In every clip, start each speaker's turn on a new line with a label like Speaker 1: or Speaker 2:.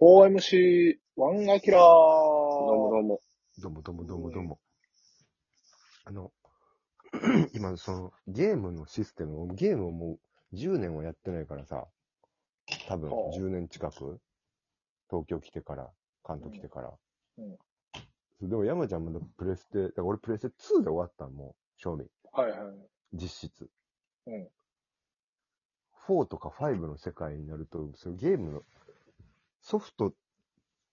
Speaker 1: OMC、ワンアキラー。
Speaker 2: どうもどうも。
Speaker 3: どうもどうもどうもどうも。あの、 今そのゲームのシステムを、ゲームをもう10年はやってないからさ、多分
Speaker 1: はあ
Speaker 3: 10年近く、東京来てから、関東来てから。
Speaker 1: うんうん
Speaker 3: そうでも山ちゃんまだプレステ、だから俺プレステ2で終わったのもう、正味、
Speaker 1: はいはい。
Speaker 3: 実質。
Speaker 1: うん。
Speaker 3: 4とか5の世界になると、そのゲームのソフト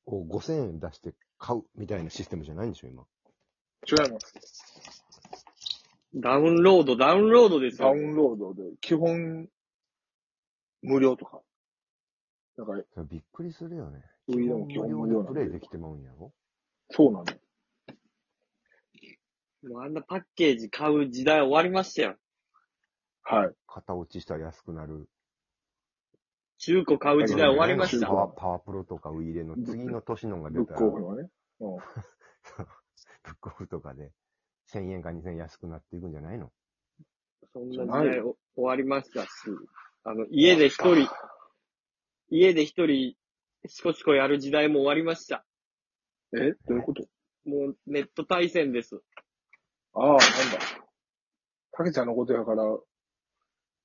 Speaker 3: を5000円出して買うみたいなシステムじゃないんでしょ、今。
Speaker 1: 違います。
Speaker 2: ダウンロード、ダウンロードです
Speaker 1: ダ
Speaker 2: よ
Speaker 1: ウ。ンロードで、基本、無料とか。だから、
Speaker 3: それびっくりするよね。
Speaker 1: ウィードも基
Speaker 3: 無
Speaker 1: 本無料
Speaker 3: 料で
Speaker 1: な
Speaker 3: プ
Speaker 1: ん
Speaker 3: レイ
Speaker 1: で。
Speaker 3: できてまうんやろ
Speaker 1: そうなんだ。
Speaker 2: もうあんなパッケージ買う時代終わりましたよ。
Speaker 1: はい。
Speaker 3: 片落ちしたら安くなる。
Speaker 2: 中古買う時代終わりまし
Speaker 3: パ
Speaker 2: た。
Speaker 3: ワーパワープロとかウイイレの次の年のが
Speaker 1: ブ
Speaker 3: 出
Speaker 1: ッ
Speaker 3: たら、
Speaker 1: クオフ
Speaker 3: ブ
Speaker 1: のね。うん。
Speaker 3: ックオフとかで1000円か2000円安くなっていくんじゃないの
Speaker 2: そんな時代お終わりましたし、あの、家で一人、家で一人、しこしこやる時代も終わりました。
Speaker 1: えどういうこと
Speaker 2: もうネット対戦です。
Speaker 1: ああ、なんだ。たけちゃんのことやから、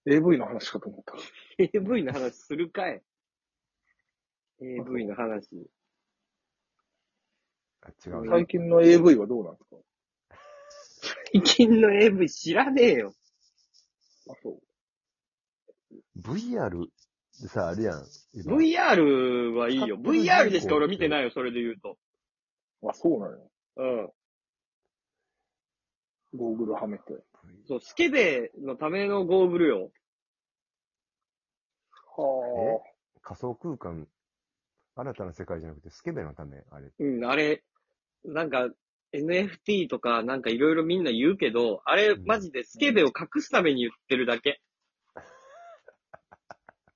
Speaker 1: AV の話かと思った。
Speaker 2: AV の話するかい ?AV の話。
Speaker 3: あ違うね
Speaker 1: 最近の AV はどうなんですか
Speaker 2: 最近の AV 知らねえよ。
Speaker 1: あ、そう。
Speaker 3: VR でさ、あるやん。今
Speaker 2: VR はいいよ。
Speaker 3: カップル人口
Speaker 2: VR でしか俺見てないよ、それで言うと。
Speaker 1: あ、そうなのよ。
Speaker 2: うん。
Speaker 1: ゴーグルはめて。
Speaker 2: そう、スケベのためのゴーグルよ。
Speaker 1: は
Speaker 3: 仮想空間、新たな世界じゃなくてスケベのため、あれ。
Speaker 2: うん、あれ、なんか、NFT とかなんかいろいろみんな言うけど、あれ
Speaker 3: うん
Speaker 2: マジでスケベを隠すために言ってるだけ。
Speaker 1: あ。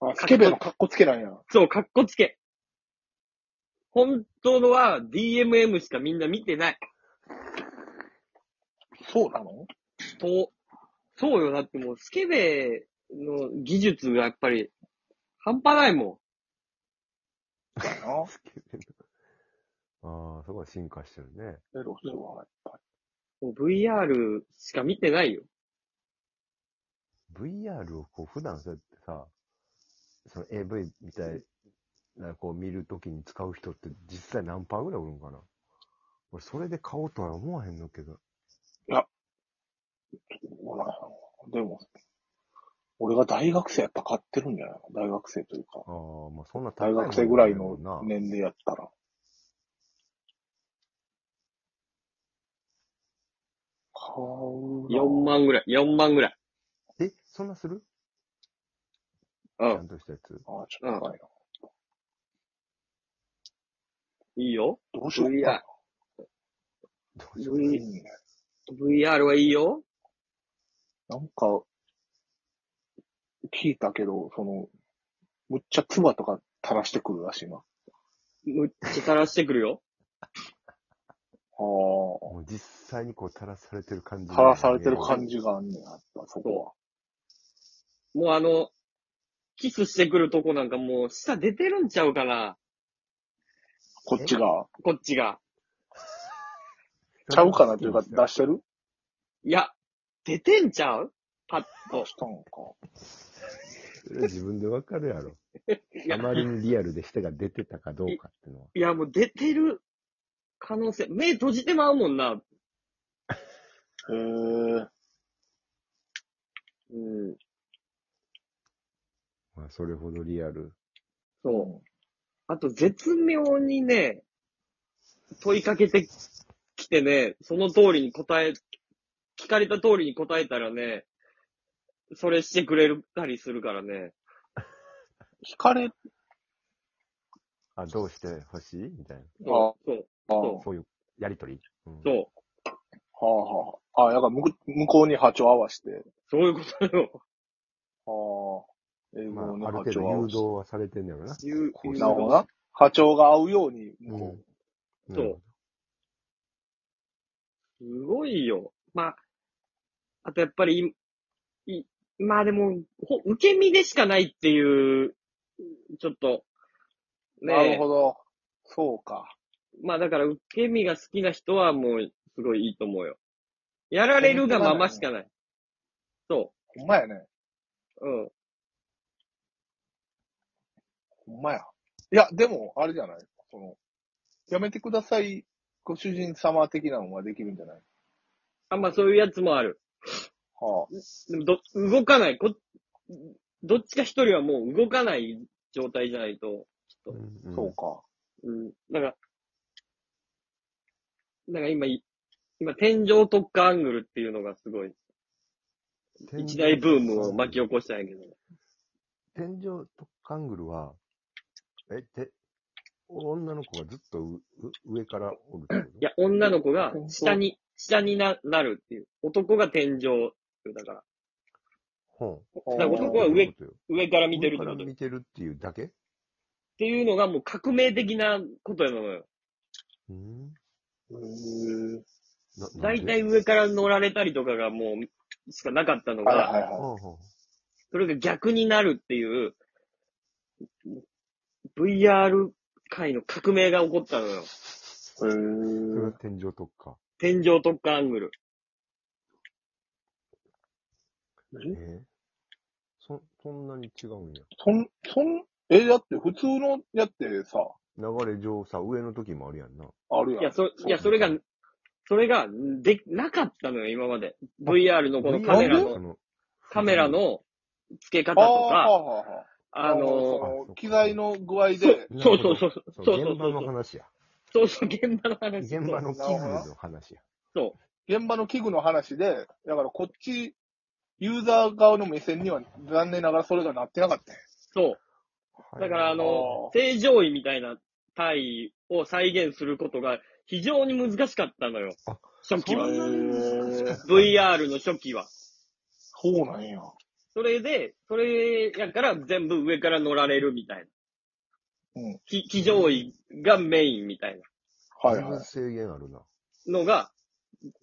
Speaker 1: あ、スケベの格好つけなんや。
Speaker 2: そう、かっこつけ。本当のは DMM しかみんな見てない。
Speaker 1: そうなの
Speaker 2: と、そうよ。だってもうスケベの技術がやっぱり半端ないも
Speaker 1: な
Speaker 3: スケベの。ああ、そこは進化してるね。
Speaker 1: エロスは。
Speaker 2: ん。もう VR しか見てないよ。
Speaker 3: VR をこう普段そうやってさ、その AV みたいなこう見るときに使う人って実際何パーぐらいおるんかな俺それで買おうとは思わへんのけど。
Speaker 1: ほら、でも、俺が大学生やったら買ってるんじゃないの大学生というか、
Speaker 3: ああ、まあそんな
Speaker 1: 大
Speaker 3: もん
Speaker 1: 学生ぐらい
Speaker 3: じゃ
Speaker 1: の
Speaker 3: もんな。
Speaker 1: 年齢やったら。買うな。
Speaker 2: 4万ぐらい。4万ぐらい。
Speaker 3: え、そんなする
Speaker 2: う
Speaker 3: ちゃ
Speaker 2: ん。
Speaker 3: んとしたやつ。
Speaker 1: ああ、ちょっと高いな。
Speaker 2: いいよ。
Speaker 1: どうしようかな。
Speaker 2: VR
Speaker 3: どうしよう。
Speaker 1: う
Speaker 2: VR
Speaker 1: ん
Speaker 2: VR はいいよ。
Speaker 1: なんか、聞いたけど、その、むっちゃ唾とか垂らしてくるらしいな。あ
Speaker 2: むっちゃ垂らしてくるよ。
Speaker 1: あ。
Speaker 3: もう実際にこう垂らされてる感じ。
Speaker 1: 垂らされてる感じがあんねん、やっぱそこは。
Speaker 2: もうあの、キスしてくるとこなんかもう、舌出てるんちゃうかな
Speaker 1: こっちが、
Speaker 2: こっちが。
Speaker 1: ちゃうかなというか、出してる
Speaker 2: いや、出てんちゃうパッ
Speaker 1: 出
Speaker 2: と。
Speaker 1: したんか。
Speaker 3: 自分でわかるやろ。
Speaker 2: いや
Speaker 3: あ、まりにリアルで舌が出てたかどうかっていうのは。
Speaker 2: いやもう出てる可能性。目閉じてまうもんな。
Speaker 1: へえ。
Speaker 2: うん。
Speaker 3: まあそれほどリアル。
Speaker 2: そう。あと、絶妙にね、問いかけてきてね、その通りに答え、聞かれた通りに答えたらね、それしてくれたりするからね。
Speaker 1: 聞かれ、あ
Speaker 3: あ、どうしてほしいみたいな。
Speaker 2: そう。そう。
Speaker 1: あ、
Speaker 2: そ
Speaker 3: そういうやりとり。うん
Speaker 2: そう。
Speaker 1: はあはあ。ああ、やから向こ向こうに波長合わせて。は
Speaker 2: そういうことだよ。
Speaker 1: あ。英
Speaker 3: まあ、
Speaker 1: 語の
Speaker 3: ある
Speaker 1: 波
Speaker 3: 程
Speaker 1: 長合わせ
Speaker 3: 度誘導
Speaker 1: て。
Speaker 3: はされてんだよな。
Speaker 2: 言う
Speaker 3: こう
Speaker 1: なるほどな。波長が合うように、向こ
Speaker 3: う
Speaker 2: そうすごいよ。まあ、あとやっぱり、いいまあでも、ほ受け身でしかないっていう、ちょっと、ね
Speaker 1: なるほど。そうか。
Speaker 2: まあだから、受け身が好きな人はもう、すごいいいと思うよ。やられるがまましかない。そ
Speaker 1: ほんまやね。
Speaker 2: う。うん。
Speaker 1: ほんまや。いや、でも、あれじゃないその、やめてください、ご主人様的なのができるんじゃない
Speaker 2: あ、まあそういうやつもある。
Speaker 1: はあ。
Speaker 2: でもど、動かない。こ、どっちか一人はもう動かない状態じゃないと。
Speaker 3: うん
Speaker 1: そうか。
Speaker 2: うん。だから、だから今い、今、天井特化アングルっていうのがすごい、一大ブームを巻き起こしたんやけど。
Speaker 3: 天井とカングルは、え、て、女の子がずっとうう上からおるってこと
Speaker 2: いや、女の子が下に、下にな、なるっていう。男が天井。だから、
Speaker 3: ほ
Speaker 1: だ
Speaker 2: から
Speaker 3: う
Speaker 2: 男は上
Speaker 3: どういうことよ
Speaker 2: 上から見てる
Speaker 3: 上
Speaker 2: って
Speaker 3: か
Speaker 2: こ
Speaker 3: ら
Speaker 2: と。っ
Speaker 3: 見てるっていうだけ
Speaker 2: ていうのがもう革命的なことやなのよ。
Speaker 3: うん。
Speaker 1: うん。
Speaker 3: ななんで
Speaker 2: 大体上から乗られたりとかがもう、しかなかったのが、
Speaker 1: はいはいは
Speaker 3: ほうほ
Speaker 2: それが逆になるっていう、VR 界の革命が起こったのよ。
Speaker 1: い。へ
Speaker 3: うそれが
Speaker 1: ー
Speaker 3: 天井特化。
Speaker 2: 天井特化アングル。
Speaker 3: えーそ、そんなに違うんや。
Speaker 1: そん、そん、え、だって普通のやってさ、
Speaker 3: 流れ上さ、上の時もあるやんな。
Speaker 1: ある
Speaker 2: い
Speaker 1: や
Speaker 2: や、
Speaker 1: ん。
Speaker 2: そ、いや、それが、それが、で、なかったのよ、今まで。VR のこのカメラの、
Speaker 3: の、
Speaker 2: カメラの付け方
Speaker 1: ああ、
Speaker 2: と
Speaker 1: は
Speaker 2: か、
Speaker 1: あはあはあ。
Speaker 2: あの、
Speaker 1: その機材の具合で、
Speaker 3: なる
Speaker 2: そ
Speaker 3: ほ
Speaker 2: うそ
Speaker 3: ど、
Speaker 2: うそう、
Speaker 3: そ
Speaker 2: そううそう
Speaker 3: 現
Speaker 2: そ
Speaker 3: 場
Speaker 2: う
Speaker 3: の、話や。
Speaker 2: そうそう、現場の話。
Speaker 3: 現場の器具の話や。
Speaker 1: 現場の器具の話で、だからこっち、ユーザー側の目線には残念ながらそれがなってなかったよ。
Speaker 2: そう。
Speaker 3: はい
Speaker 2: だから、あ
Speaker 1: あ、
Speaker 2: の正常位みたいな体位を再現することが非常に難しかったのよ
Speaker 3: あ。
Speaker 2: 初期は
Speaker 3: そ。んなに難しかった
Speaker 2: VR の初期は。
Speaker 1: そうなんや。
Speaker 2: それで、それやから全部上から乗られるみたいな。
Speaker 1: うん。
Speaker 2: き非常位がメインみたい
Speaker 1: はい
Speaker 3: 全
Speaker 1: は
Speaker 3: 然制限あるな。
Speaker 2: なのが、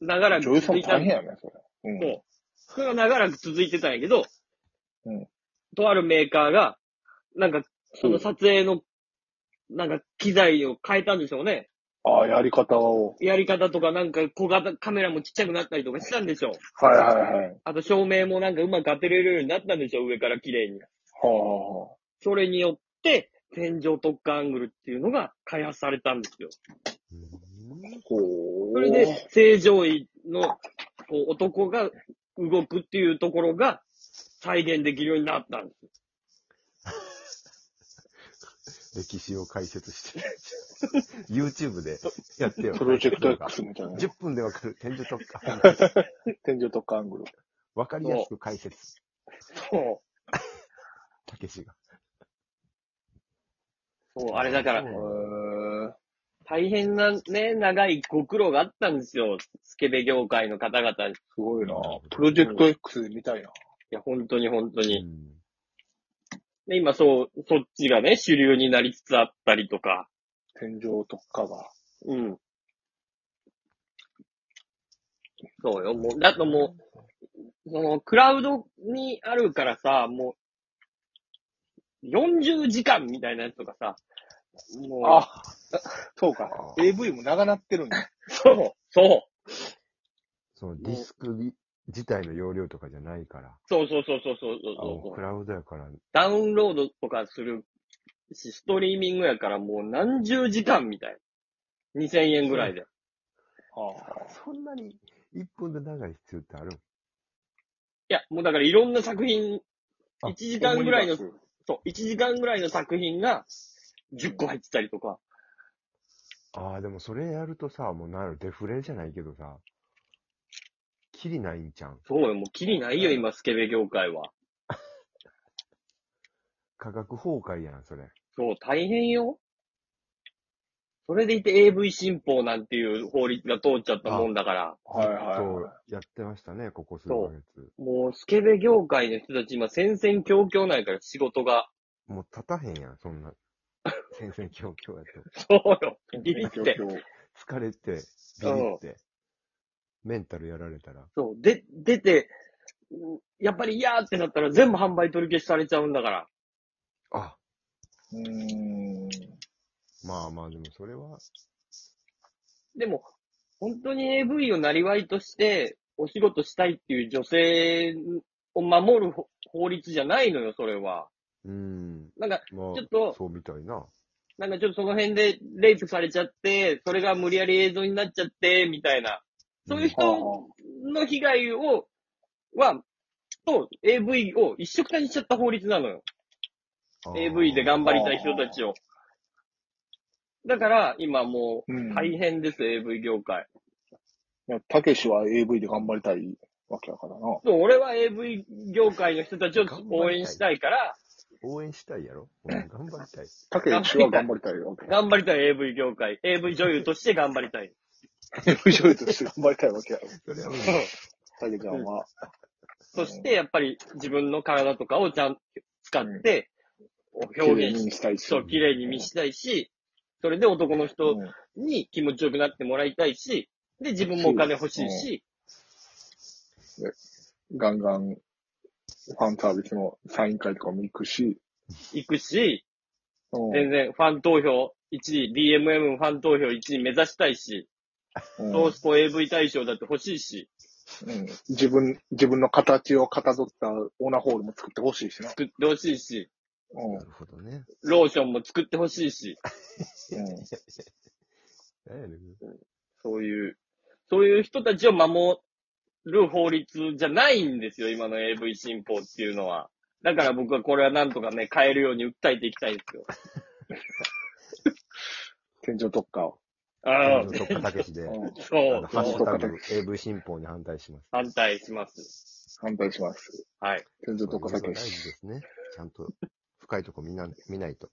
Speaker 2: 長ら
Speaker 1: い。
Speaker 2: く
Speaker 1: 女優さ
Speaker 2: 続
Speaker 1: ん
Speaker 2: いた
Speaker 1: 大。変やね、それ。うん。
Speaker 2: そう。それが長らく続いてたんやけど、
Speaker 1: うん
Speaker 2: とあるメーカーが、なんか、その撮影の、なんか機材を変えたんでしょうね。
Speaker 1: ああ、やり方を。
Speaker 2: やり方とかなんか小型カメラもちっちゃくなったりとかしたんでしょう。
Speaker 1: はいはいはい。は
Speaker 2: あと照明もなんかうまく当てれるようになったんでしょう、上から綺麗に。
Speaker 1: あはあは
Speaker 2: それによって、天井特化アングルっていうのが開発されたんですよ。
Speaker 1: あ。ほう。
Speaker 2: それで、正常位のこう男が動くっていうところが再現できるようになったんですよ。
Speaker 3: 歴史を解説して。YouTube でやってよ。
Speaker 1: プロジェクト X みたいな。
Speaker 3: 10分でわかる天井特化。
Speaker 1: 天井とかアングル。
Speaker 3: わかりやすく解説。
Speaker 1: そう。
Speaker 3: たけしが。
Speaker 2: そう、あれだから
Speaker 3: そう、
Speaker 1: へえ
Speaker 2: 大変なね、長いご苦労があったんですよ。スケベ業界の方々に。い
Speaker 1: すごいな。プロジェクト X で見たいな。
Speaker 2: や、本当に本当に
Speaker 3: う。ん
Speaker 2: で、今そう、そっちがね、主流になりつつあったりとか。
Speaker 1: 天井特化が。
Speaker 2: うん。そうよ、もう、だともう、その、クラウドにあるからさ、もう、40時間みたいなやつとかさ、も
Speaker 1: あ、そうか。AV も長なってるんや。
Speaker 2: う、そう、そう、
Speaker 3: そのディスクり自体の容量とかじゃないから。
Speaker 2: そうそうそうそうそう
Speaker 3: あもう
Speaker 2: そう
Speaker 3: ク
Speaker 2: そう、
Speaker 3: ラウドやから。
Speaker 2: ダウンロードとかするし、ストリーミングやからもう何十時間みたいな。2000円ぐらいで。
Speaker 1: あ
Speaker 3: そんなに1分で長い必要ってある
Speaker 2: いや、もうだからいろんな作品、
Speaker 3: あ
Speaker 2: 1時間ぐらいの
Speaker 1: 思い出す
Speaker 2: そう、1時間ぐらいの作品が10個入ってたりとか。
Speaker 3: ああ、でもそれやるとさ、もうなるデフレじゃないけどさ、キリないんちゃうん
Speaker 2: そうよ、もうキリないよ、今、スケベ業界は。
Speaker 3: 価格崩壊やん、それ。
Speaker 2: そう、大変よ。それでいて AV 新法なんていう法律が通っちゃったもんだから、
Speaker 1: はいはいはい
Speaker 3: そう、やってましたね、ここ数ヶ月。
Speaker 2: もうスケベ業界の人たち今戦々恐々ないから仕事が。
Speaker 3: もう立たへんやん、そんな。戦々恐々やと。
Speaker 2: そうよ、ビビって。
Speaker 3: 疲れて、ビビって、メンタルやられたら。
Speaker 2: そう、で、出て、うんやっぱり嫌ってなったら全部販売取り消しされちゃうんだから。
Speaker 3: あ、
Speaker 1: うーん。
Speaker 3: まあまあ、でもそれは、
Speaker 2: でも、本当に AV をなりわいとして、お仕事したいっていう女性を守る法法律じゃないのよ、それは。
Speaker 3: うん、
Speaker 2: なんか、
Speaker 3: まあ、
Speaker 2: ちょっと
Speaker 3: そうみたいな。
Speaker 2: なんかちょっとその辺でレイプされちゃって、それが無理やり映像になっちゃって、みたいな。そういう人
Speaker 1: はあは
Speaker 2: の被害を、は、と AV を一緒くたにしちゃった法律なのよ。
Speaker 3: あー
Speaker 2: AV で頑張りたい人たちを。だから、今も
Speaker 1: う。
Speaker 2: うん大変です、AV 業界。
Speaker 1: いやたけしは AV で頑張りたいわけやからな。
Speaker 2: そう俺は AV 業界の人たちを応援したいから、
Speaker 3: 応援したいやろ、うん、頑張りたい。
Speaker 1: たけしは頑張りたいわ け。
Speaker 2: 頑張りたい AV 業界。AV 女優として頑張りたい。
Speaker 1: AV 女優として頑張りたいわけやろ。
Speaker 3: それは、
Speaker 1: たけちゃんは。
Speaker 2: そして、やっぱり自分の体とかをちゃんと使って、表現
Speaker 1: 綺麗
Speaker 2: し
Speaker 1: にしたいし
Speaker 2: そう、綺麗に見したいし、それで男の人
Speaker 1: うん
Speaker 2: に気持ちよくなってもらいたいし、で、自分もお金欲しいし、
Speaker 1: ガンガン、ファンサービスのサイン会とかも行くし、
Speaker 2: 行くし、
Speaker 1: うん
Speaker 2: 全然ファン投票1位、DMM ファン投票1位目指したいし、
Speaker 1: う
Speaker 2: ト
Speaker 1: ん
Speaker 2: ースポ AV 大賞だって欲しいし、
Speaker 1: うん自分、自分の形をかたどったオーナーホールも作ってほしいしな。
Speaker 2: 作ってほしいし、
Speaker 1: うん
Speaker 3: なるほどね。
Speaker 2: ローションも作ってほしいし、
Speaker 1: うん
Speaker 3: なんやねん
Speaker 2: そういう、そういう人たちを守る法律じゃないんですよ、今の AV 新法っていうのは。だから僕はこれはなんとかね、変えるように訴えていきたいんですよ。
Speaker 1: 天井特化を。
Speaker 2: ああ、
Speaker 3: 特化たけしで、
Speaker 1: うん
Speaker 3: あ
Speaker 2: そう
Speaker 3: の、ハッシュ
Speaker 2: そう、
Speaker 3: タグ AV 新法に反対します。
Speaker 2: 反対します。
Speaker 1: 反対します。
Speaker 2: はい。
Speaker 1: 天井特化
Speaker 3: そ
Speaker 1: だ
Speaker 3: ういう
Speaker 1: け
Speaker 3: の大
Speaker 1: し。
Speaker 3: 事ですね。ちゃんと深いとこ見な見ないと。